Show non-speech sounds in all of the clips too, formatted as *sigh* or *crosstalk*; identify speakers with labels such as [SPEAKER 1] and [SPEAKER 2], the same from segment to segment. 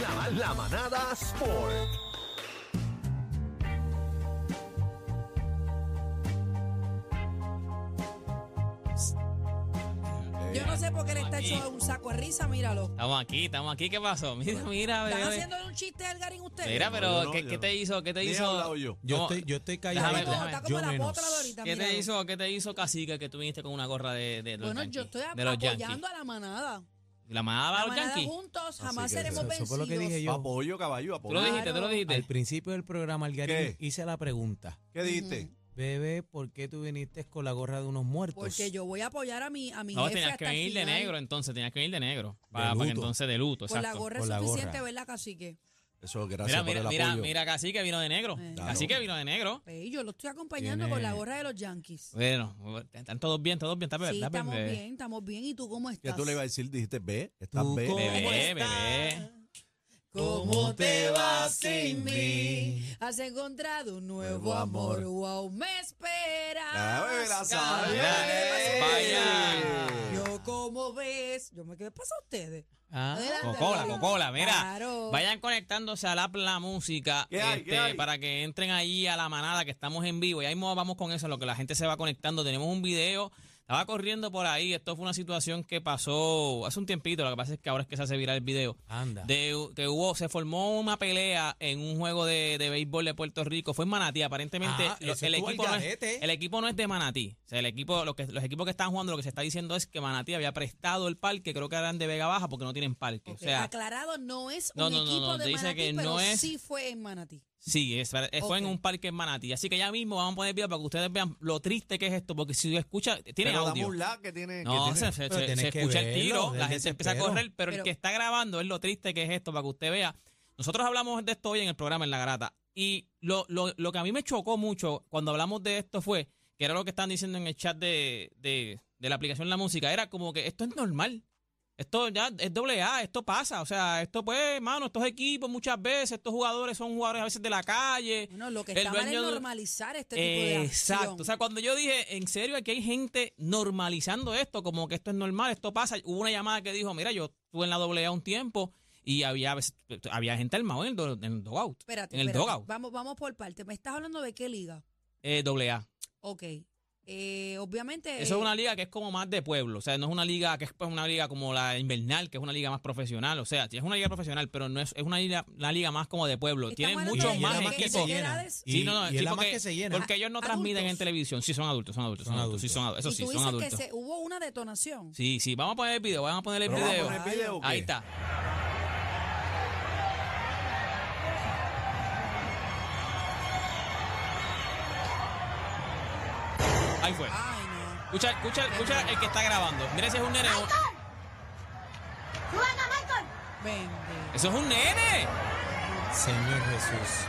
[SPEAKER 1] La, la manada Sport.
[SPEAKER 2] Yo no sé por qué le está
[SPEAKER 3] Aquí.
[SPEAKER 2] hecho un saco de risa, míralo.
[SPEAKER 3] Estamos aquí, estamos aquí. ¿Qué pasó? *laughs* Mira, mira,
[SPEAKER 2] ¿Están
[SPEAKER 3] bebé.
[SPEAKER 2] haciéndole un chiste al Garín ustedes?
[SPEAKER 3] Mira,
[SPEAKER 4] No,
[SPEAKER 3] pero
[SPEAKER 4] yo no,
[SPEAKER 3] ¿qué,
[SPEAKER 4] yo
[SPEAKER 3] qué
[SPEAKER 4] no.
[SPEAKER 3] te hizo? ¿Qué te
[SPEAKER 4] Ni he
[SPEAKER 3] hizo?
[SPEAKER 4] hablado yo.
[SPEAKER 3] Yo
[SPEAKER 5] Yo
[SPEAKER 3] te-
[SPEAKER 5] estoy, yo estoy
[SPEAKER 2] Está
[SPEAKER 3] déjame,
[SPEAKER 5] calladito.
[SPEAKER 2] como-
[SPEAKER 3] déjame.
[SPEAKER 2] está como
[SPEAKER 5] Yo
[SPEAKER 2] la
[SPEAKER 5] menos.
[SPEAKER 2] potra de ahorita,
[SPEAKER 3] ¿Qué te
[SPEAKER 2] míralo.
[SPEAKER 3] hizo? ¿Qué te hizo Cacique que tú viniste con una gorra de, de los
[SPEAKER 2] Bueno,
[SPEAKER 3] Yankees?
[SPEAKER 2] yo estoy
[SPEAKER 3] de los
[SPEAKER 2] apoyando
[SPEAKER 3] Yankees.
[SPEAKER 2] a la manada.
[SPEAKER 3] La manada va a
[SPEAKER 2] La
[SPEAKER 3] los
[SPEAKER 2] manada
[SPEAKER 3] Yankees.
[SPEAKER 2] juntos jamás
[SPEAKER 4] que
[SPEAKER 2] seremos
[SPEAKER 5] eso- eso
[SPEAKER 2] vencidos.
[SPEAKER 5] fue lo que dije yo.
[SPEAKER 4] Apoyo, caballo,
[SPEAKER 3] Tú lo
[SPEAKER 4] apoyo.
[SPEAKER 2] Claro.
[SPEAKER 3] dijiste, tú lo
[SPEAKER 5] Al
[SPEAKER 3] dijiste.
[SPEAKER 5] principio del programa, Algarín,
[SPEAKER 4] ¿Qué?
[SPEAKER 5] hice la pregunta.
[SPEAKER 4] ¿Qué dijiste?
[SPEAKER 5] Bebé, ¿por qué tú viniste con la gorra de unos muertos?
[SPEAKER 2] Porque yo voy a apoyar a mi, a mi
[SPEAKER 3] No,
[SPEAKER 2] jefe
[SPEAKER 3] tenías
[SPEAKER 2] hasta
[SPEAKER 3] que
[SPEAKER 2] el
[SPEAKER 3] venir de
[SPEAKER 2] final.
[SPEAKER 3] negro, entonces tenías que venir de negro. Para, para que
[SPEAKER 5] luto.
[SPEAKER 3] entonces de luto,
[SPEAKER 2] Con la
[SPEAKER 3] exacto.
[SPEAKER 2] gorra es
[SPEAKER 5] Con la
[SPEAKER 2] suficiente,
[SPEAKER 5] gorra.
[SPEAKER 2] ¿verdad, cacique?
[SPEAKER 4] Eso,
[SPEAKER 3] Mira,
[SPEAKER 4] gracias por
[SPEAKER 3] mira,
[SPEAKER 4] el
[SPEAKER 3] mira,
[SPEAKER 4] apoyo.
[SPEAKER 3] mira, Cacique vino de negro.
[SPEAKER 2] Eh.
[SPEAKER 4] Claro.
[SPEAKER 3] Cacique vino de negro.
[SPEAKER 2] Ey, yo lo estoy acompañando
[SPEAKER 3] Tiene-
[SPEAKER 2] con la gorra de los Yankees.
[SPEAKER 3] Bueno, están todos bien, todos bien. Está bebé,
[SPEAKER 2] Sí,
[SPEAKER 3] está
[SPEAKER 2] estamos
[SPEAKER 3] bebé.
[SPEAKER 2] bien, estamos bien. ¿Y tú cómo
[SPEAKER 4] ¿Qué
[SPEAKER 2] estás?
[SPEAKER 4] tú le ibas a decir? Dijiste, ve, estás
[SPEAKER 5] Tú
[SPEAKER 4] ve.
[SPEAKER 5] con-
[SPEAKER 3] Bebé,
[SPEAKER 5] ¿Cómo
[SPEAKER 3] bebé.
[SPEAKER 2] ¿Cómo te vas sin mí? ¿Has encontrado un nuevo
[SPEAKER 4] Nuevo amor.
[SPEAKER 2] amor? Wow, me esperas.
[SPEAKER 4] Ah, bebé, la sabes.
[SPEAKER 3] Mira, vaya.
[SPEAKER 2] Yo como ves, yo me quedé pasa a ustedes.
[SPEAKER 5] Ah,
[SPEAKER 2] Adelante,
[SPEAKER 3] Cocola,
[SPEAKER 2] Gabriel.
[SPEAKER 3] Cocola, mira.
[SPEAKER 2] Claro.
[SPEAKER 3] Vayan conectándose a la, la música
[SPEAKER 4] ¿Qué hay,
[SPEAKER 3] este,
[SPEAKER 4] qué hay?
[SPEAKER 3] para que entren ahí a la manada que estamos en vivo. Y ahí mismo vamos con eso, en lo que la gente se va conectando. Tenemos un video, estaba corriendo por ahí. Esto fue una situación que pasó hace un tiempito. Lo que pasa es que ahora es que se hace viral el video.
[SPEAKER 5] anda.
[SPEAKER 3] De, que hubo, se formó una pelea en un juego de, de béisbol de Puerto Rico. Fue en Manatí, aparentemente.
[SPEAKER 5] Ah,
[SPEAKER 3] lo-
[SPEAKER 5] eso
[SPEAKER 3] el,
[SPEAKER 5] estuvo
[SPEAKER 3] equipo
[SPEAKER 5] al
[SPEAKER 3] no es,
[SPEAKER 5] garete.
[SPEAKER 3] el equipo no es de Manatí. O sea, el equipo, lo que, los equipos que están jugando, lo que se está diciendo es que Manatí había prestado el parque, creo que eran de Vega Baja, porque no tienen parque.
[SPEAKER 2] Ok, Ah,
[SPEAKER 3] O sea,
[SPEAKER 2] Aclarado, no es
[SPEAKER 3] No,
[SPEAKER 2] un
[SPEAKER 3] no, no,
[SPEAKER 2] equipo
[SPEAKER 3] no,
[SPEAKER 2] de
[SPEAKER 3] dice
[SPEAKER 2] Manatí,
[SPEAKER 3] que
[SPEAKER 2] pero
[SPEAKER 3] no es-
[SPEAKER 2] sí fue en Manatí.
[SPEAKER 3] Sí, es verdad, fue en
[SPEAKER 2] Ok.
[SPEAKER 3] un parque en Manatí. Así que ya mismo vamos a poner video para que ustedes vean lo triste que es esto, porque si escucha, tiene
[SPEAKER 4] Pero dame
[SPEAKER 3] audio.
[SPEAKER 4] un la que tiene.
[SPEAKER 3] No,
[SPEAKER 4] que tiene.
[SPEAKER 3] se, se-
[SPEAKER 5] Pero
[SPEAKER 3] se-
[SPEAKER 5] tienes
[SPEAKER 3] se
[SPEAKER 5] que
[SPEAKER 3] escucha el
[SPEAKER 5] verlo,
[SPEAKER 3] tiro,
[SPEAKER 5] del
[SPEAKER 3] la gente empieza a
[SPEAKER 5] desespero.
[SPEAKER 3] correr, pero, el
[SPEAKER 2] Pero-
[SPEAKER 3] que está grabando es lo triste que es esto, para que usted vea. Nosotros hablamos de esto hoy en el programa en La Garata. Y lo, lo, lo que a mí me chocó mucho cuando hablamos de esto fue, que era lo que están diciendo en el chat de, de, de la aplicación La Música, era como que esto es normal. Esto ya es doble A, esto pasa. O sea, esto pues, hermano, estos equipos muchas veces, estos jugadores son jugadores a veces de la calle.
[SPEAKER 2] Bueno, lo que
[SPEAKER 3] El
[SPEAKER 2] está mal es
[SPEAKER 3] dueño de-
[SPEAKER 2] normalizar este tipo de acción.
[SPEAKER 3] Eh, Exacto. O sea, cuando yo dije, en serio, aquí hay gente normalizando esto, como que esto es normal, esto pasa. Hubo una llamada que dijo, mira, yo estuve en la doble A un tiempo y había, a veces- había gente armada en el, do- en el dogout.
[SPEAKER 2] espérate,
[SPEAKER 3] en el
[SPEAKER 2] espérate.
[SPEAKER 3] dogout.
[SPEAKER 2] Vamos, vamos por parte. ¿Me estás hablando de qué liga?
[SPEAKER 3] Eh, doble A.
[SPEAKER 2] Ok. Eh, obviamente.
[SPEAKER 3] Eso
[SPEAKER 2] eh,
[SPEAKER 3] es una liga que es como más de pueblo. O sea, no es una liga que es pues, una liga como la invernal, que es una liga más profesional. O sea, sí es una liga profesional, pero no es, es una liga, una liga más como de pueblo.
[SPEAKER 2] estamos
[SPEAKER 3] Tienen
[SPEAKER 2] hablando
[SPEAKER 3] muchos
[SPEAKER 2] de
[SPEAKER 3] más
[SPEAKER 2] que-
[SPEAKER 5] más que se
[SPEAKER 3] equipos.
[SPEAKER 2] de
[SPEAKER 5] llena.
[SPEAKER 2] edades-
[SPEAKER 5] Y-
[SPEAKER 3] Sí, no, no,
[SPEAKER 5] y es
[SPEAKER 3] sí,
[SPEAKER 5] la más
[SPEAKER 3] porque-
[SPEAKER 5] que se llena.
[SPEAKER 3] Porque ellos no
[SPEAKER 2] Ah,
[SPEAKER 3] transmiten en
[SPEAKER 2] adultos.
[SPEAKER 3] televisión. Sí, son adultos, son adultos, son,
[SPEAKER 5] Son
[SPEAKER 3] adultos. Sí,
[SPEAKER 5] adultos.
[SPEAKER 3] son adultos.
[SPEAKER 2] y
[SPEAKER 3] Eso sí,
[SPEAKER 2] tú
[SPEAKER 3] son
[SPEAKER 2] dices
[SPEAKER 3] adultos.
[SPEAKER 2] que se, hubo una detonación.
[SPEAKER 3] Sí, sí, vamos a poner el video, vamos a poner el
[SPEAKER 4] Pero vamos a
[SPEAKER 3] video.
[SPEAKER 4] poner video. o qué?
[SPEAKER 3] Ahí está. Ahí fue.
[SPEAKER 2] Ay, no.
[SPEAKER 3] Escucha, escucha, escucha el que está grabando. Mira, ese es un nene.
[SPEAKER 2] Vende.
[SPEAKER 3] Eso es un nene.
[SPEAKER 5] Señor Jesús.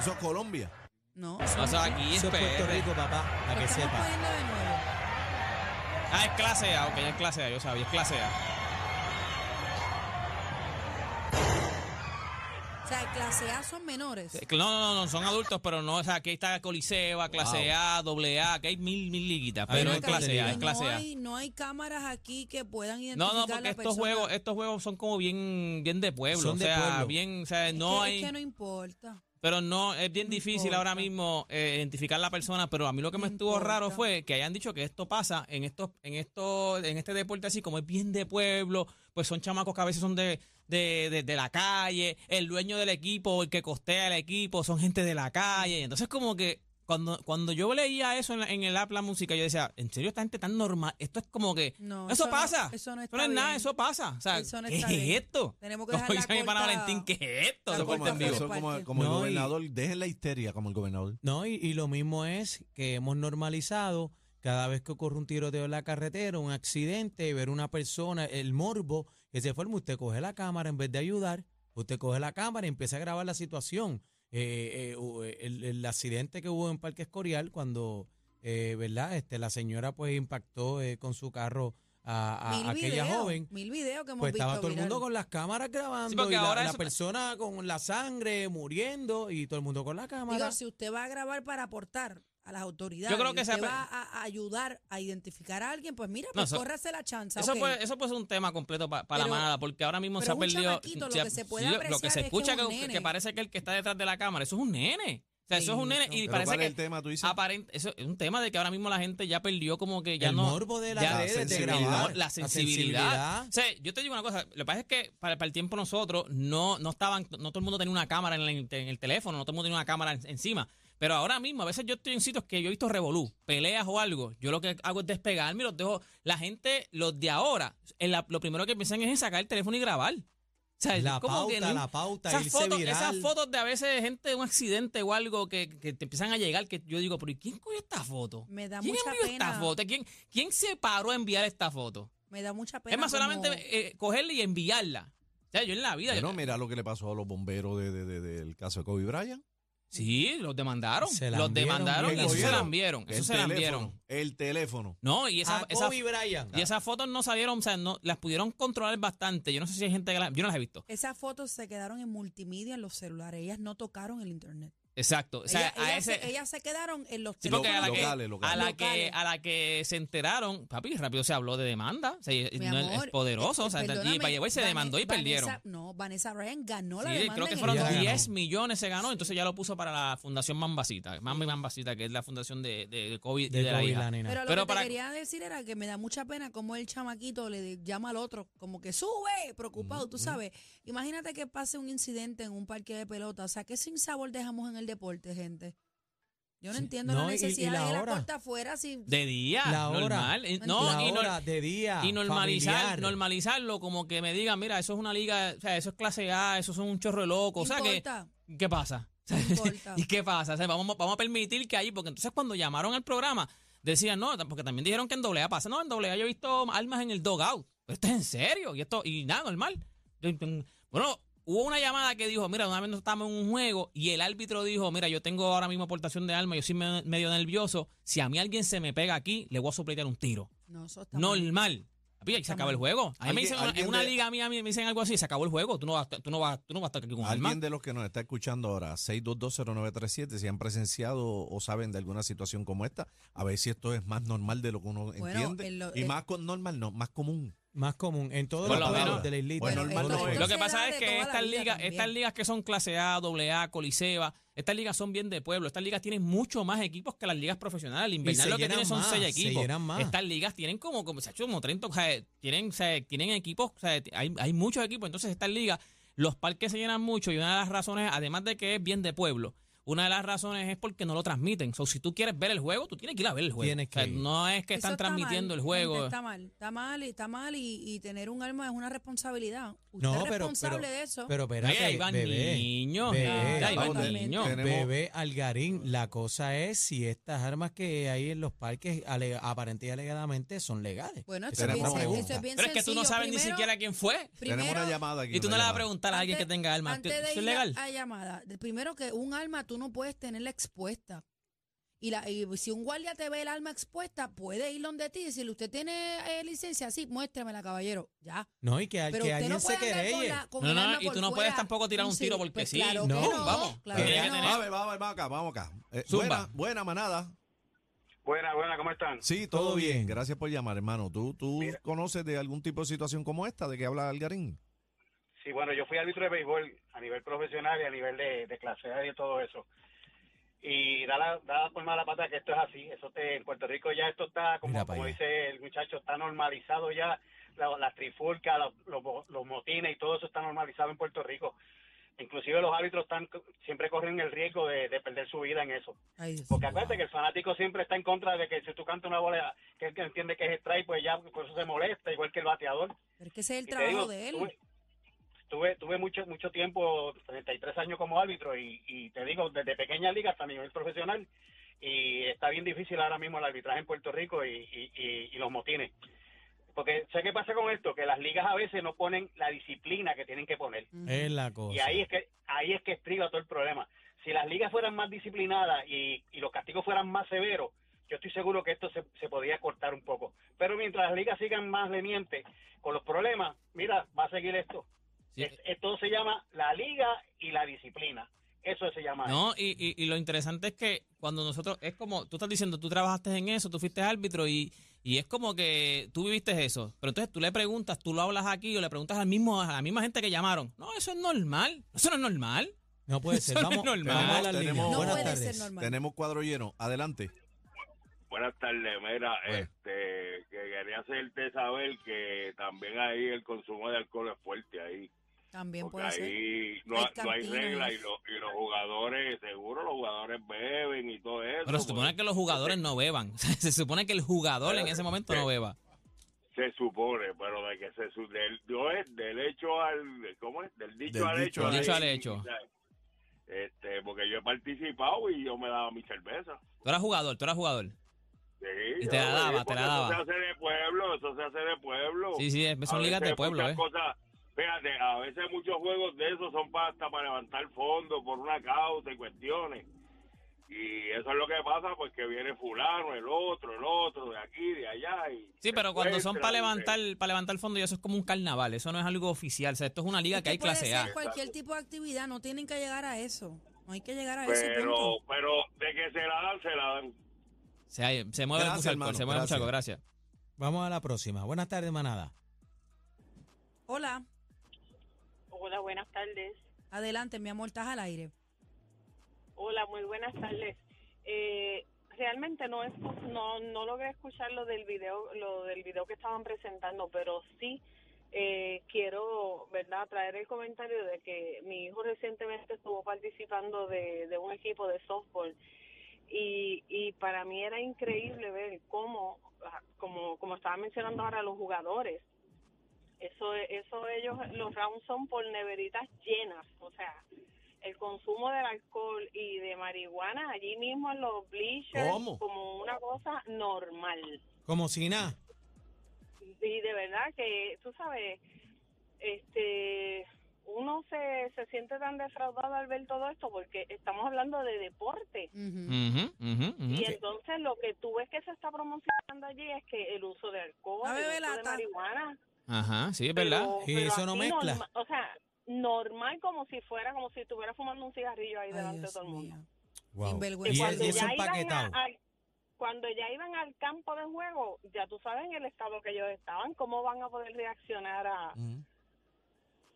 [SPEAKER 4] Eso es Colombia.
[SPEAKER 2] No.
[SPEAKER 3] O sea, aquí es
[SPEAKER 5] Eso es Puerto
[SPEAKER 3] PR.
[SPEAKER 5] Rico, papá, para
[SPEAKER 2] Lo
[SPEAKER 5] que
[SPEAKER 2] estamos
[SPEAKER 5] sepa.
[SPEAKER 2] poniendo de nuevo.
[SPEAKER 3] Ah, es clase A, ok, es clase A, yo sabía, es clase A.
[SPEAKER 2] O sea, clase A son menores.
[SPEAKER 3] No, no, no, no, son adultos, pero no, o sea, aquí está Coliseo, clase
[SPEAKER 4] Wow.
[SPEAKER 3] A, doble A, que hay mil, mil liguitas,
[SPEAKER 5] Ahí
[SPEAKER 3] pero
[SPEAKER 5] no
[SPEAKER 3] es clase A,
[SPEAKER 5] entendí.
[SPEAKER 3] es clase
[SPEAKER 2] no
[SPEAKER 3] A.
[SPEAKER 2] hay, no hay cámaras aquí que puedan identificar
[SPEAKER 3] No, no,
[SPEAKER 2] a la
[SPEAKER 3] porque estos
[SPEAKER 2] persona.
[SPEAKER 3] juegos, eh, estos juegos son como bien, bien de pueblo.
[SPEAKER 5] Son
[SPEAKER 3] o
[SPEAKER 5] de
[SPEAKER 3] sea,
[SPEAKER 5] pueblo.
[SPEAKER 3] bien, o sea,
[SPEAKER 2] Es
[SPEAKER 3] no
[SPEAKER 2] que-
[SPEAKER 3] hay.
[SPEAKER 2] Es que no importa.
[SPEAKER 3] pero no, es bien
[SPEAKER 2] no
[SPEAKER 3] difícil
[SPEAKER 2] importa.
[SPEAKER 3] ahora mismo eh, identificar la persona. Pero a mí lo que me
[SPEAKER 2] No
[SPEAKER 3] estuvo raro
[SPEAKER 2] importa.
[SPEAKER 3] fue que hayan dicho que esto pasa en estos, en estos, en este deporte así, como es bien de pueblo, pues son chamacos que a veces son de, de, de- de la calle, el dueño del equipo, el que costea el equipo, son gente de la calle. Entonces, como que. Cuando, cuando yo leía eso en, la- en el app La Música, yo decía, ¿en serio esta gente tan normal? Esto es como que...
[SPEAKER 2] No,
[SPEAKER 3] eso,
[SPEAKER 2] eso no-
[SPEAKER 3] pasa.
[SPEAKER 2] eso no
[SPEAKER 3] Eso
[SPEAKER 2] está
[SPEAKER 3] no es nada,
[SPEAKER 2] bien.
[SPEAKER 3] eso pasa. O sea,
[SPEAKER 2] Eso no
[SPEAKER 3] ¿qué
[SPEAKER 2] está
[SPEAKER 3] es
[SPEAKER 2] bien.
[SPEAKER 3] esto?
[SPEAKER 2] Tenemos
[SPEAKER 3] *laughs*
[SPEAKER 2] que
[SPEAKER 3] Como
[SPEAKER 2] dejar la
[SPEAKER 3] dice mi pana
[SPEAKER 2] corta-
[SPEAKER 3] Valentín, ¿qué es
[SPEAKER 2] la
[SPEAKER 3] esto? Eso
[SPEAKER 4] Eso como,
[SPEAKER 3] por
[SPEAKER 2] corta
[SPEAKER 3] Dios.
[SPEAKER 2] fue-
[SPEAKER 4] eso como, como el
[SPEAKER 5] No, y-
[SPEAKER 4] gobernador. Dejen la histeria como el gobernador.
[SPEAKER 5] No, y, y lo mismo es que hemos normalizado cada vez que ocurre un tiroteo en la carretera, un accidente, ver una persona, el morbo que se forma, usted coge la cámara en vez de ayudar, usted coge la cámara y empieza a grabar la situación. Eh, eh, o, eh, el, el accidente que hubo en Parque Escorial cuando, eh, ¿verdad? Este, la señora pues impactó eh, con su carro a, a-
[SPEAKER 2] mil
[SPEAKER 5] a aquella
[SPEAKER 2] videos,
[SPEAKER 5] joven.
[SPEAKER 2] Mil videos que hemos
[SPEAKER 5] Pues
[SPEAKER 2] visto.
[SPEAKER 5] estaba todo el
[SPEAKER 2] viral.
[SPEAKER 5] mundo con las cámaras grabando
[SPEAKER 3] porque
[SPEAKER 5] y la,
[SPEAKER 3] ahora
[SPEAKER 5] la
[SPEAKER 3] eso-
[SPEAKER 5] persona con la sangre muriendo y todo el mundo con la cámara.
[SPEAKER 2] Digo, si usted va a grabar para aportar a las autoridades.
[SPEAKER 3] Yo creo que
[SPEAKER 2] usted
[SPEAKER 3] se-
[SPEAKER 2] va a, a ayudar a identificar a alguien, pues mira,
[SPEAKER 3] No,
[SPEAKER 2] pues
[SPEAKER 3] eso-
[SPEAKER 2] córrase la chanza.
[SPEAKER 3] Eso,
[SPEAKER 2] ok.
[SPEAKER 3] puede, eso puede ser un tema completo para la
[SPEAKER 2] Pero-
[SPEAKER 3] manada, porque ahora mismo
[SPEAKER 2] pero
[SPEAKER 3] se ha
[SPEAKER 2] un
[SPEAKER 3] perdido.
[SPEAKER 2] chamaquito, lo
[SPEAKER 3] ha-
[SPEAKER 2] que se puede apreciar
[SPEAKER 3] lo que
[SPEAKER 2] es
[SPEAKER 3] se
[SPEAKER 2] que es
[SPEAKER 3] escucha
[SPEAKER 2] un
[SPEAKER 3] que,
[SPEAKER 2] nene.
[SPEAKER 3] que parece que el que está detrás de la cámara, eso es un nene. O sea, eso es un nene. Y
[SPEAKER 4] Pero
[SPEAKER 3] parece
[SPEAKER 4] ¿cuál
[SPEAKER 3] que
[SPEAKER 4] es el tema, tú dices?
[SPEAKER 3] aparente- eso es un tema de que ahora mismo la gente ya perdió como que ya
[SPEAKER 5] el
[SPEAKER 3] no.
[SPEAKER 5] morbo de
[SPEAKER 3] ya-
[SPEAKER 5] la redes, de
[SPEAKER 4] sensibilidad.
[SPEAKER 5] grabar.
[SPEAKER 3] la sensibilidad. O sea, yo te digo una cosa, lo que pasa es que para, para el tiempo nosotros no, no estaban, no todo el mundo tenía una cámara en, la inte- en el teléfono, no todo el mundo tenía una cámara en- encima. Pero ahora mismo, a veces yo estoy en sitios que yo he visto revolú, peleas o algo. Yo lo que hago es despegarme y los dejo. La gente, los de ahora, en la- lo primero que piensan es en sacar el teléfono y grabar. O sea, es
[SPEAKER 5] La
[SPEAKER 3] como que
[SPEAKER 5] pauta,
[SPEAKER 3] no-
[SPEAKER 5] la pauta,
[SPEAKER 3] esas
[SPEAKER 5] irse
[SPEAKER 3] fotos,
[SPEAKER 5] viral.
[SPEAKER 3] esas fotos de a veces gente de un accidente o algo que, que te empiezan a llegar, que yo digo, pero ¿y quién cogió esta foto?
[SPEAKER 2] Me da
[SPEAKER 3] ¿Quién
[SPEAKER 2] mucha
[SPEAKER 3] envió esta
[SPEAKER 2] pena.
[SPEAKER 3] foto? ¿Quién, ¿Quién se paró a enviar esta foto?
[SPEAKER 2] Me da mucha pena.
[SPEAKER 3] Es más,
[SPEAKER 2] como-
[SPEAKER 3] solamente eh, cogerla y enviarla. O sea, yo en la vida.
[SPEAKER 4] Bueno, mira lo que le pasó a los bomberos de- de- de- del caso de Kobe Bryant.
[SPEAKER 3] sí, los demandaron.
[SPEAKER 5] Se la
[SPEAKER 3] los
[SPEAKER 5] enviaron,
[SPEAKER 3] demandaron y
[SPEAKER 5] bien
[SPEAKER 3] eso se la
[SPEAKER 5] cogieron.
[SPEAKER 3] enviaron. Eso
[SPEAKER 4] el
[SPEAKER 3] se la
[SPEAKER 4] teléfono,
[SPEAKER 3] enviaron.
[SPEAKER 4] El teléfono.
[SPEAKER 3] No, y esa,
[SPEAKER 5] a
[SPEAKER 3] esa-
[SPEAKER 5] Kobe Bryant.
[SPEAKER 3] y esas fotos no salieron, o sea, no, las pudieron controlar bastante. Yo no sé si hay gente que las. Yo no las he visto.
[SPEAKER 2] Esas fotos se quedaron en multimedia en los celulares. Ellas no tocaron el internet.
[SPEAKER 3] Exacto. O sea,
[SPEAKER 2] Ellas-
[SPEAKER 3] a
[SPEAKER 2] ellas se-
[SPEAKER 3] ese.
[SPEAKER 2] ellas se quedaron en los
[SPEAKER 3] Sí, porque a la,
[SPEAKER 2] teléfonos.
[SPEAKER 3] que,
[SPEAKER 4] Locales, locales.
[SPEAKER 3] a la que
[SPEAKER 2] Locales.
[SPEAKER 3] a la que se enteraron, papi, rápido se habló de demanda. O sea,
[SPEAKER 2] Mi
[SPEAKER 3] no es- es,
[SPEAKER 2] amor,
[SPEAKER 3] poderoso. o sea,
[SPEAKER 2] eh,
[SPEAKER 3] y,
[SPEAKER 2] perdóname,
[SPEAKER 3] by the way, se
[SPEAKER 2] Vane-
[SPEAKER 3] demandó y
[SPEAKER 2] Vanessa-
[SPEAKER 3] perdieron.
[SPEAKER 2] No, Vanessa Ryan ganó la
[SPEAKER 3] Sí,
[SPEAKER 2] demanda.
[SPEAKER 3] creo que
[SPEAKER 2] en
[SPEAKER 3] fueron
[SPEAKER 2] el-
[SPEAKER 5] Ella ganó.
[SPEAKER 3] 10 millones se ganó, entonces ya lo puso para la Fundación Mambasita, Mami Mambasita, que es la fundación de, de, de COVID y
[SPEAKER 5] de
[SPEAKER 3] de la
[SPEAKER 5] Kobe
[SPEAKER 3] hija.
[SPEAKER 5] la nena.
[SPEAKER 2] Pero lo
[SPEAKER 3] Pero
[SPEAKER 2] que
[SPEAKER 3] para-
[SPEAKER 2] te quería decir era que me da mucha pena como el chamaquito le de- llama al otro, como que sube, preocupado, tú sabes. Imagínate que pase un incidente en un parque de pelota, o sea, qué sin sabor dejamos en el deporte, gente. Yo no entiendo
[SPEAKER 5] No,
[SPEAKER 2] la
[SPEAKER 5] y- y
[SPEAKER 2] necesidad
[SPEAKER 5] la
[SPEAKER 2] de la
[SPEAKER 5] hora.
[SPEAKER 2] puerta afuera si
[SPEAKER 3] De día,
[SPEAKER 5] La hora.
[SPEAKER 3] normal. Eh, No,
[SPEAKER 5] la
[SPEAKER 3] y, nor-
[SPEAKER 5] hora de día.
[SPEAKER 3] y normalizar,
[SPEAKER 5] familiar.
[SPEAKER 3] normalizarlo, como que me digan, mira, eso es una liga, o sea, eso es clase A, eso es un chorro de loco. *laughs* O sea, que,
[SPEAKER 2] importa,
[SPEAKER 3] ¿qué pasa?
[SPEAKER 2] no importa.
[SPEAKER 3] ¿Y qué pasa? O sea, vamos, vamos a permitir que ahí, porque entonces cuando llamaron al programa, decían, no, porque también dijeron que en doble A pasa. No, en doble A yo he visto armas en el dogout. Pero esto es en serio, y esto, y nada, normal. Bueno, hubo una llamada que dijo, mira, una vez nos estábamos en un juego, y el árbitro dijo, mira, yo tengo ahora mismo aportación de armas, yo soy me- medio nervioso. Si a mí alguien se me pega aquí, le voy a sopletear un tiro.
[SPEAKER 2] No, eso está mal.
[SPEAKER 3] Normal. Papi, ahí se
[SPEAKER 2] Está
[SPEAKER 3] acaba el
[SPEAKER 2] mal.
[SPEAKER 3] juego. A mí me
[SPEAKER 4] Alguien-
[SPEAKER 3] dicen, una- en
[SPEAKER 4] alguien
[SPEAKER 3] una
[SPEAKER 4] de-
[SPEAKER 3] liga mía a mí me dicen algo así, se acabó el juego, tú no vas, tú no vas, tú no vas a estar aquí con armas.
[SPEAKER 4] Alguien de los que nos está escuchando ahora, 6220937, si han presenciado o saben de alguna situación como esta, a ver si esto es más normal de lo que uno entiende.
[SPEAKER 2] en lo- eh,
[SPEAKER 4] y
[SPEAKER 2] en-
[SPEAKER 4] más con normal, no, más común.
[SPEAKER 5] Más común. En todos
[SPEAKER 3] Por
[SPEAKER 5] los
[SPEAKER 3] lo menos.
[SPEAKER 5] pueblos de la islita.
[SPEAKER 4] Bueno,
[SPEAKER 2] Pero
[SPEAKER 4] pues normal
[SPEAKER 2] esto-
[SPEAKER 4] no es.
[SPEAKER 2] esto
[SPEAKER 3] Pues, Lo
[SPEAKER 2] se
[SPEAKER 3] que
[SPEAKER 2] da
[SPEAKER 3] pasa es
[SPEAKER 2] de
[SPEAKER 3] que
[SPEAKER 2] toda la
[SPEAKER 3] estas
[SPEAKER 2] vida
[SPEAKER 3] ligas,
[SPEAKER 2] también.
[SPEAKER 3] estas ligas que son clase A, AA, Coliseba, estas ligas son bien de pueblo. Estas ligas tienen mucho más equipos que las ligas profesionales. El Invernal
[SPEAKER 5] se
[SPEAKER 3] lo que
[SPEAKER 5] llenan
[SPEAKER 3] tienen son
[SPEAKER 5] más,
[SPEAKER 3] seis
[SPEAKER 5] se
[SPEAKER 3] equipos.
[SPEAKER 5] llenan más.
[SPEAKER 3] Estas ligas tienen como, como se ha hecho como 30, o sea, tienen, o sea, tienen equipos, o sea, hay, hay muchos equipos. Entonces estas ligas, los parques se llenan mucho y una de las razones, además de que es bien de pueblo, una de las razones es porque no lo transmiten. So, si tú quieres ver el juego, tú tienes que ir a ver el juego.
[SPEAKER 5] Tienes
[SPEAKER 3] O sea,
[SPEAKER 5] que ir.
[SPEAKER 3] no es que
[SPEAKER 2] Eso
[SPEAKER 3] están
[SPEAKER 2] está
[SPEAKER 3] transmitiendo
[SPEAKER 2] mal,
[SPEAKER 3] el juego.
[SPEAKER 2] gente, está mal, está mal, y- está mal y, y tener un arma es una responsabilidad. Usted
[SPEAKER 5] No,
[SPEAKER 2] es
[SPEAKER 5] pero-
[SPEAKER 2] responsable
[SPEAKER 5] pero-
[SPEAKER 2] de eso.
[SPEAKER 5] Pero
[SPEAKER 3] Ahí-
[SPEAKER 5] espérate,
[SPEAKER 3] ahí van
[SPEAKER 5] bebé.
[SPEAKER 3] niños.
[SPEAKER 5] Bebé.
[SPEAKER 3] ahí van
[SPEAKER 2] Vamos, te-
[SPEAKER 3] niños.
[SPEAKER 4] tenemos-
[SPEAKER 5] Bebé Algarín, la cosa es si estas armas que hay en los parques ale- aparente y alegadamente son legales.
[SPEAKER 2] bueno, esto es,
[SPEAKER 5] Esa
[SPEAKER 2] bien,
[SPEAKER 4] tenemos
[SPEAKER 5] la
[SPEAKER 4] una
[SPEAKER 2] sen-
[SPEAKER 5] pregunta.
[SPEAKER 2] esto es bien
[SPEAKER 3] Pero es que tú no
[SPEAKER 2] sencillo.
[SPEAKER 3] sabes ni
[SPEAKER 2] Primero-
[SPEAKER 3] siquiera quién fue.
[SPEAKER 4] Tenemos
[SPEAKER 2] primero-
[SPEAKER 4] una llamada aquí.
[SPEAKER 3] Y tú
[SPEAKER 4] una
[SPEAKER 3] no le vas a
[SPEAKER 4] llamada.
[SPEAKER 3] preguntar a alguien que tenga armas.
[SPEAKER 2] Antes de
[SPEAKER 3] ¿Eso es
[SPEAKER 2] ir
[SPEAKER 3] legal?
[SPEAKER 2] A, a llamada, de- primero que un arma tú no puedes tenerla expuesta. Y, la, y si un guardia te ve el arma expuesta, puede ir donde ti y decirle, usted tiene eh, licencia, sí, muéstremela, caballero. Ya.
[SPEAKER 5] No, y que, al-
[SPEAKER 2] Pero
[SPEAKER 5] que
[SPEAKER 2] usted
[SPEAKER 5] alguien
[SPEAKER 2] no
[SPEAKER 5] se
[SPEAKER 2] puede andar con,
[SPEAKER 5] querelle.
[SPEAKER 2] la, con
[SPEAKER 3] No,
[SPEAKER 2] el
[SPEAKER 3] no,
[SPEAKER 2] arma
[SPEAKER 3] y
[SPEAKER 2] por
[SPEAKER 3] tú no puedes
[SPEAKER 2] fuera.
[SPEAKER 3] tampoco tirar un
[SPEAKER 2] Sí,
[SPEAKER 3] tiro porque
[SPEAKER 2] pues
[SPEAKER 3] sí.
[SPEAKER 2] Claro
[SPEAKER 5] No,
[SPEAKER 2] que no,
[SPEAKER 3] vamos.
[SPEAKER 2] Claro
[SPEAKER 5] Tiene
[SPEAKER 2] que
[SPEAKER 5] que
[SPEAKER 2] no.
[SPEAKER 3] tener-
[SPEAKER 4] Vamos, Eh, vamos, vamos acá, vamos acá. Eh,
[SPEAKER 3] Zumba.
[SPEAKER 4] buena, buena manada.
[SPEAKER 6] Buenas, buenas, ¿cómo están?
[SPEAKER 4] Sí, todo,
[SPEAKER 5] Todo
[SPEAKER 4] bien.
[SPEAKER 5] bien.
[SPEAKER 4] Gracias por llamar, hermano. ¿Tú, tú conoces de algún tipo de situación como esta de que habla Algarín?
[SPEAKER 6] Sí, bueno, yo fui árbitro de béisbol a nivel profesional y a nivel de, de clase A y todo eso. Y da la, da la forma de la pata que esto es así. Eso te, en Puerto Rico ya esto está,
[SPEAKER 5] Mira
[SPEAKER 6] como,
[SPEAKER 5] pa'
[SPEAKER 6] como
[SPEAKER 5] allá.
[SPEAKER 6] dice el muchacho, está normalizado ya. La- Las trifulcas, los, los, bo- los motines y todo eso está normalizado en Puerto Rico. Inclusive los árbitros están co- siempre corren el riesgo de- de perder su vida en eso.
[SPEAKER 2] Ay, Dios.
[SPEAKER 6] Porque acuérdate que el fanático siempre está en contra de que si tú cantas una bola que él que entiende que es strike, pues ya por eso se molesta, igual que el bateador.
[SPEAKER 2] Pero es que ese es el
[SPEAKER 6] Y te
[SPEAKER 2] trabajo
[SPEAKER 6] digo,
[SPEAKER 2] de él.
[SPEAKER 6] Tuve, tuve, tuve mucho, mucho tiempo, 33 años como árbitro, y, y te digo, desde pequeña liga hasta a nivel profesional, y está bien difícil ahora mismo el arbitraje en Puerto Rico y, y- y- y los motines. Porque sé qué pasa con esto, que las ligas a veces no ponen la disciplina que tienen que poner.
[SPEAKER 2] Ujú.
[SPEAKER 5] Es la cosa.
[SPEAKER 6] Y ahí es que ahí es que estriba todo el problema. Si las ligas fueran más disciplinadas y, y los castigos fueran más severos, yo estoy seguro que esto se, se podría cortar un poco. Pero mientras las ligas sigan más lenientes con los problemas, mira, va a seguir esto.
[SPEAKER 3] Sí.
[SPEAKER 6] Es- esto se llama la liga y la disciplina. Eso se llama.
[SPEAKER 3] No, y, y- y lo interesante es que cuando nosotros, es como, tú estás diciendo, tú trabajaste en eso, tú fuiste árbitro y, y es como que tú viviste eso. Pero entonces tú le preguntas, tú lo hablas aquí o le preguntas al mismo, a la misma gente que llamaron. No, eso es normal. Eso no es normal.
[SPEAKER 5] No puede
[SPEAKER 3] *laughs*
[SPEAKER 5] ser.
[SPEAKER 3] Eso no
[SPEAKER 5] Vamos,
[SPEAKER 3] es normal.
[SPEAKER 5] vamos a las
[SPEAKER 4] Tenemos-
[SPEAKER 5] líneas.
[SPEAKER 2] No
[SPEAKER 5] Buenas
[SPEAKER 2] puede
[SPEAKER 5] tardes.
[SPEAKER 2] ser normal.
[SPEAKER 4] Tenemos cuadro lleno. Adelante.
[SPEAKER 7] Buenas tardes, mira,
[SPEAKER 4] Bueno.
[SPEAKER 7] este, que quería hacerte saber que también ahí el consumo de alcohol es fuerte ahí,
[SPEAKER 2] También
[SPEAKER 7] porque
[SPEAKER 2] puede ser.
[SPEAKER 7] ahí no,
[SPEAKER 2] Hay
[SPEAKER 7] ha- no hay
[SPEAKER 2] cantinas.
[SPEAKER 7] reglas y, lo- y los jugadores, seguro los jugadores beben y todo eso.
[SPEAKER 3] Pero se supone
[SPEAKER 7] pues,
[SPEAKER 3] que los jugadores no beban. *laughs* Se supone que el jugador en ese momento no beba.
[SPEAKER 7] se supone, pero de que se su- del, yo es del hecho al, ¿cómo es? Del dicho
[SPEAKER 4] Del
[SPEAKER 7] al
[SPEAKER 4] dicho
[SPEAKER 7] hecho.
[SPEAKER 4] al
[SPEAKER 7] ahí,
[SPEAKER 3] hecho. Del dicho al hecho.
[SPEAKER 7] Este, porque yo he participado y yo me daba mi cerveza.
[SPEAKER 3] Tú eras jugador, tú eras jugador.
[SPEAKER 7] Sí,
[SPEAKER 3] Y
[SPEAKER 7] yo
[SPEAKER 3] te la
[SPEAKER 7] bebí,
[SPEAKER 3] daba, te la
[SPEAKER 7] porque
[SPEAKER 3] daba.
[SPEAKER 7] Eso se hace de pueblo, eso se hace de pueblo.
[SPEAKER 3] Sí, sí, es-
[SPEAKER 7] A
[SPEAKER 3] son ligas
[SPEAKER 7] veces
[SPEAKER 3] de pueblo,
[SPEAKER 7] muchas
[SPEAKER 3] ¿eh?
[SPEAKER 7] cosas- fíjate, a veces muchos juegos de esos son pa- hasta para levantar fondos por una causa y cuestiones. Y eso es lo que pasa, pues que viene fulano, el otro, el otro, de aquí, de allá. Y
[SPEAKER 3] Sí,
[SPEAKER 7] se
[SPEAKER 3] pero cuando son para
[SPEAKER 7] encuentran
[SPEAKER 3] levantar
[SPEAKER 7] y
[SPEAKER 3] para levantar fondo, y eso es como un carnaval, eso no es algo oficial. O sea, esto es una liga que hay
[SPEAKER 2] puede
[SPEAKER 3] clase
[SPEAKER 2] ser
[SPEAKER 3] A.
[SPEAKER 2] cualquier tipo de actividad, no tienen que llegar a eso. No hay que llegar a
[SPEAKER 7] se-
[SPEAKER 2] eso. y
[SPEAKER 7] Pero,
[SPEAKER 2] punto.
[SPEAKER 7] pero de que se la dan, se la dan.
[SPEAKER 3] Se, hay- se mueve
[SPEAKER 4] Gracias,
[SPEAKER 3] mucho alcohol,
[SPEAKER 4] hermano,
[SPEAKER 3] se mueve mucho
[SPEAKER 4] gracias.
[SPEAKER 3] alcohol, gracias.
[SPEAKER 5] Vamos a la próxima. Buenas tardes, manada.
[SPEAKER 2] Hola,
[SPEAKER 8] Hola, buenas tardes.
[SPEAKER 2] adelante, mi amor, estás al aire.
[SPEAKER 8] Hola, muy buenas tardes. Eh, realmente no, escu- no no logré escuchar lo del video lo del video que estaban presentando, pero sí eh, quiero, verdad, traer el comentario de que mi hijo recientemente estuvo participando de, de un equipo de softball y, y para mí era increíble ver cómo, ah, como como estaba mencionando ahora los jugadores, eso eso ellos los rounds son por neveritas llenas, o sea el consumo del alcohol y de marihuana allí mismo en los bleachers
[SPEAKER 4] ¿Cómo?
[SPEAKER 8] como una cosa normal.
[SPEAKER 5] Como si nada.
[SPEAKER 8] Y de verdad que, tú sabes, este uno se, se siente tan defraudado al ver todo esto porque estamos hablando de deporte.
[SPEAKER 2] Ujú.
[SPEAKER 3] Ujú, ujú, ujú.
[SPEAKER 8] Y entonces lo que tú ves que se está promocionando allí es que el uso de alcohol,
[SPEAKER 2] La
[SPEAKER 8] el uso de
[SPEAKER 2] bebelata.
[SPEAKER 8] marihuana,
[SPEAKER 3] Ajá, sí, es verdad.
[SPEAKER 8] pero-
[SPEAKER 5] Y
[SPEAKER 8] pero
[SPEAKER 5] eso no
[SPEAKER 8] así
[SPEAKER 5] mezcla.
[SPEAKER 8] norma- o sea, normal como si fuera, como si estuviera fumando un cigarrillo ahí
[SPEAKER 2] Ay,
[SPEAKER 8] delante de
[SPEAKER 2] Dios
[SPEAKER 8] todo el mundo.
[SPEAKER 2] mío.
[SPEAKER 5] Wow.
[SPEAKER 2] Sinvergüenza.
[SPEAKER 8] que
[SPEAKER 5] Y,
[SPEAKER 8] cuando
[SPEAKER 5] y eso
[SPEAKER 8] ya iban
[SPEAKER 5] empaquetado.
[SPEAKER 8] a- al- cuando ya iban al campo de juego, ya tú sabes en el estado que ellos estaban, cómo van a poder reaccionar a,
[SPEAKER 4] Ujú.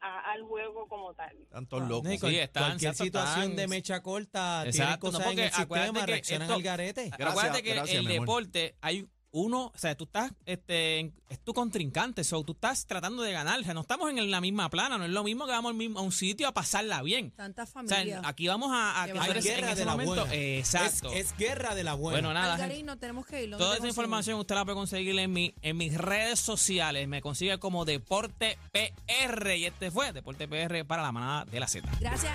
[SPEAKER 8] a- al juego como tal.
[SPEAKER 4] Tantos
[SPEAKER 5] No,
[SPEAKER 4] locos.
[SPEAKER 5] y cual-
[SPEAKER 3] Sí, están,
[SPEAKER 5] cualquier
[SPEAKER 3] exacto,
[SPEAKER 5] situación
[SPEAKER 3] están.
[SPEAKER 5] de mecha corta, tienen
[SPEAKER 3] Exacto, no,
[SPEAKER 5] cosas en
[SPEAKER 3] porque
[SPEAKER 5] el
[SPEAKER 3] acuérdate
[SPEAKER 5] sistema,
[SPEAKER 3] que
[SPEAKER 5] reaccionan
[SPEAKER 3] esto-
[SPEAKER 5] al garete.
[SPEAKER 4] Gracias,
[SPEAKER 3] Acuérdate que
[SPEAKER 4] gracias,
[SPEAKER 3] el
[SPEAKER 4] mi amor.
[SPEAKER 3] deporte hay uno, o sea, tú estás, este, en- es tu contrincante, so, tú estás tratando de ganar, o sea, no estamos en la misma plana, no es lo mismo que vamos al mismo- a un sitio a pasarla bien.
[SPEAKER 2] Tantas
[SPEAKER 3] O sea,
[SPEAKER 2] familias.
[SPEAKER 3] aquí vamos a, a
[SPEAKER 2] Que va
[SPEAKER 3] que tú
[SPEAKER 2] a
[SPEAKER 5] Hay
[SPEAKER 3] eres en
[SPEAKER 5] guerra
[SPEAKER 3] ese
[SPEAKER 5] de la
[SPEAKER 3] momento-
[SPEAKER 5] buena.
[SPEAKER 3] Exacto.
[SPEAKER 5] Es, es guerra de la buena.
[SPEAKER 3] bueno, nada. gente.
[SPEAKER 2] Algarino, tenemos que ir. ¿dónde te
[SPEAKER 3] Toda esa
[SPEAKER 2] consigo?
[SPEAKER 3] información usted la puede conseguir en, mi, en mis redes sociales. Me consigue como Deporte PR. Y este fue Deporte PR para la manada de la Z.
[SPEAKER 2] Gracias.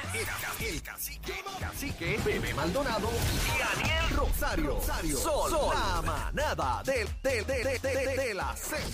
[SPEAKER 1] El cacique, cacique, Bebé Maldonado y Daniel Rosario. Rosario. Sol, la manada del- de, de, de, de, de, de la Z.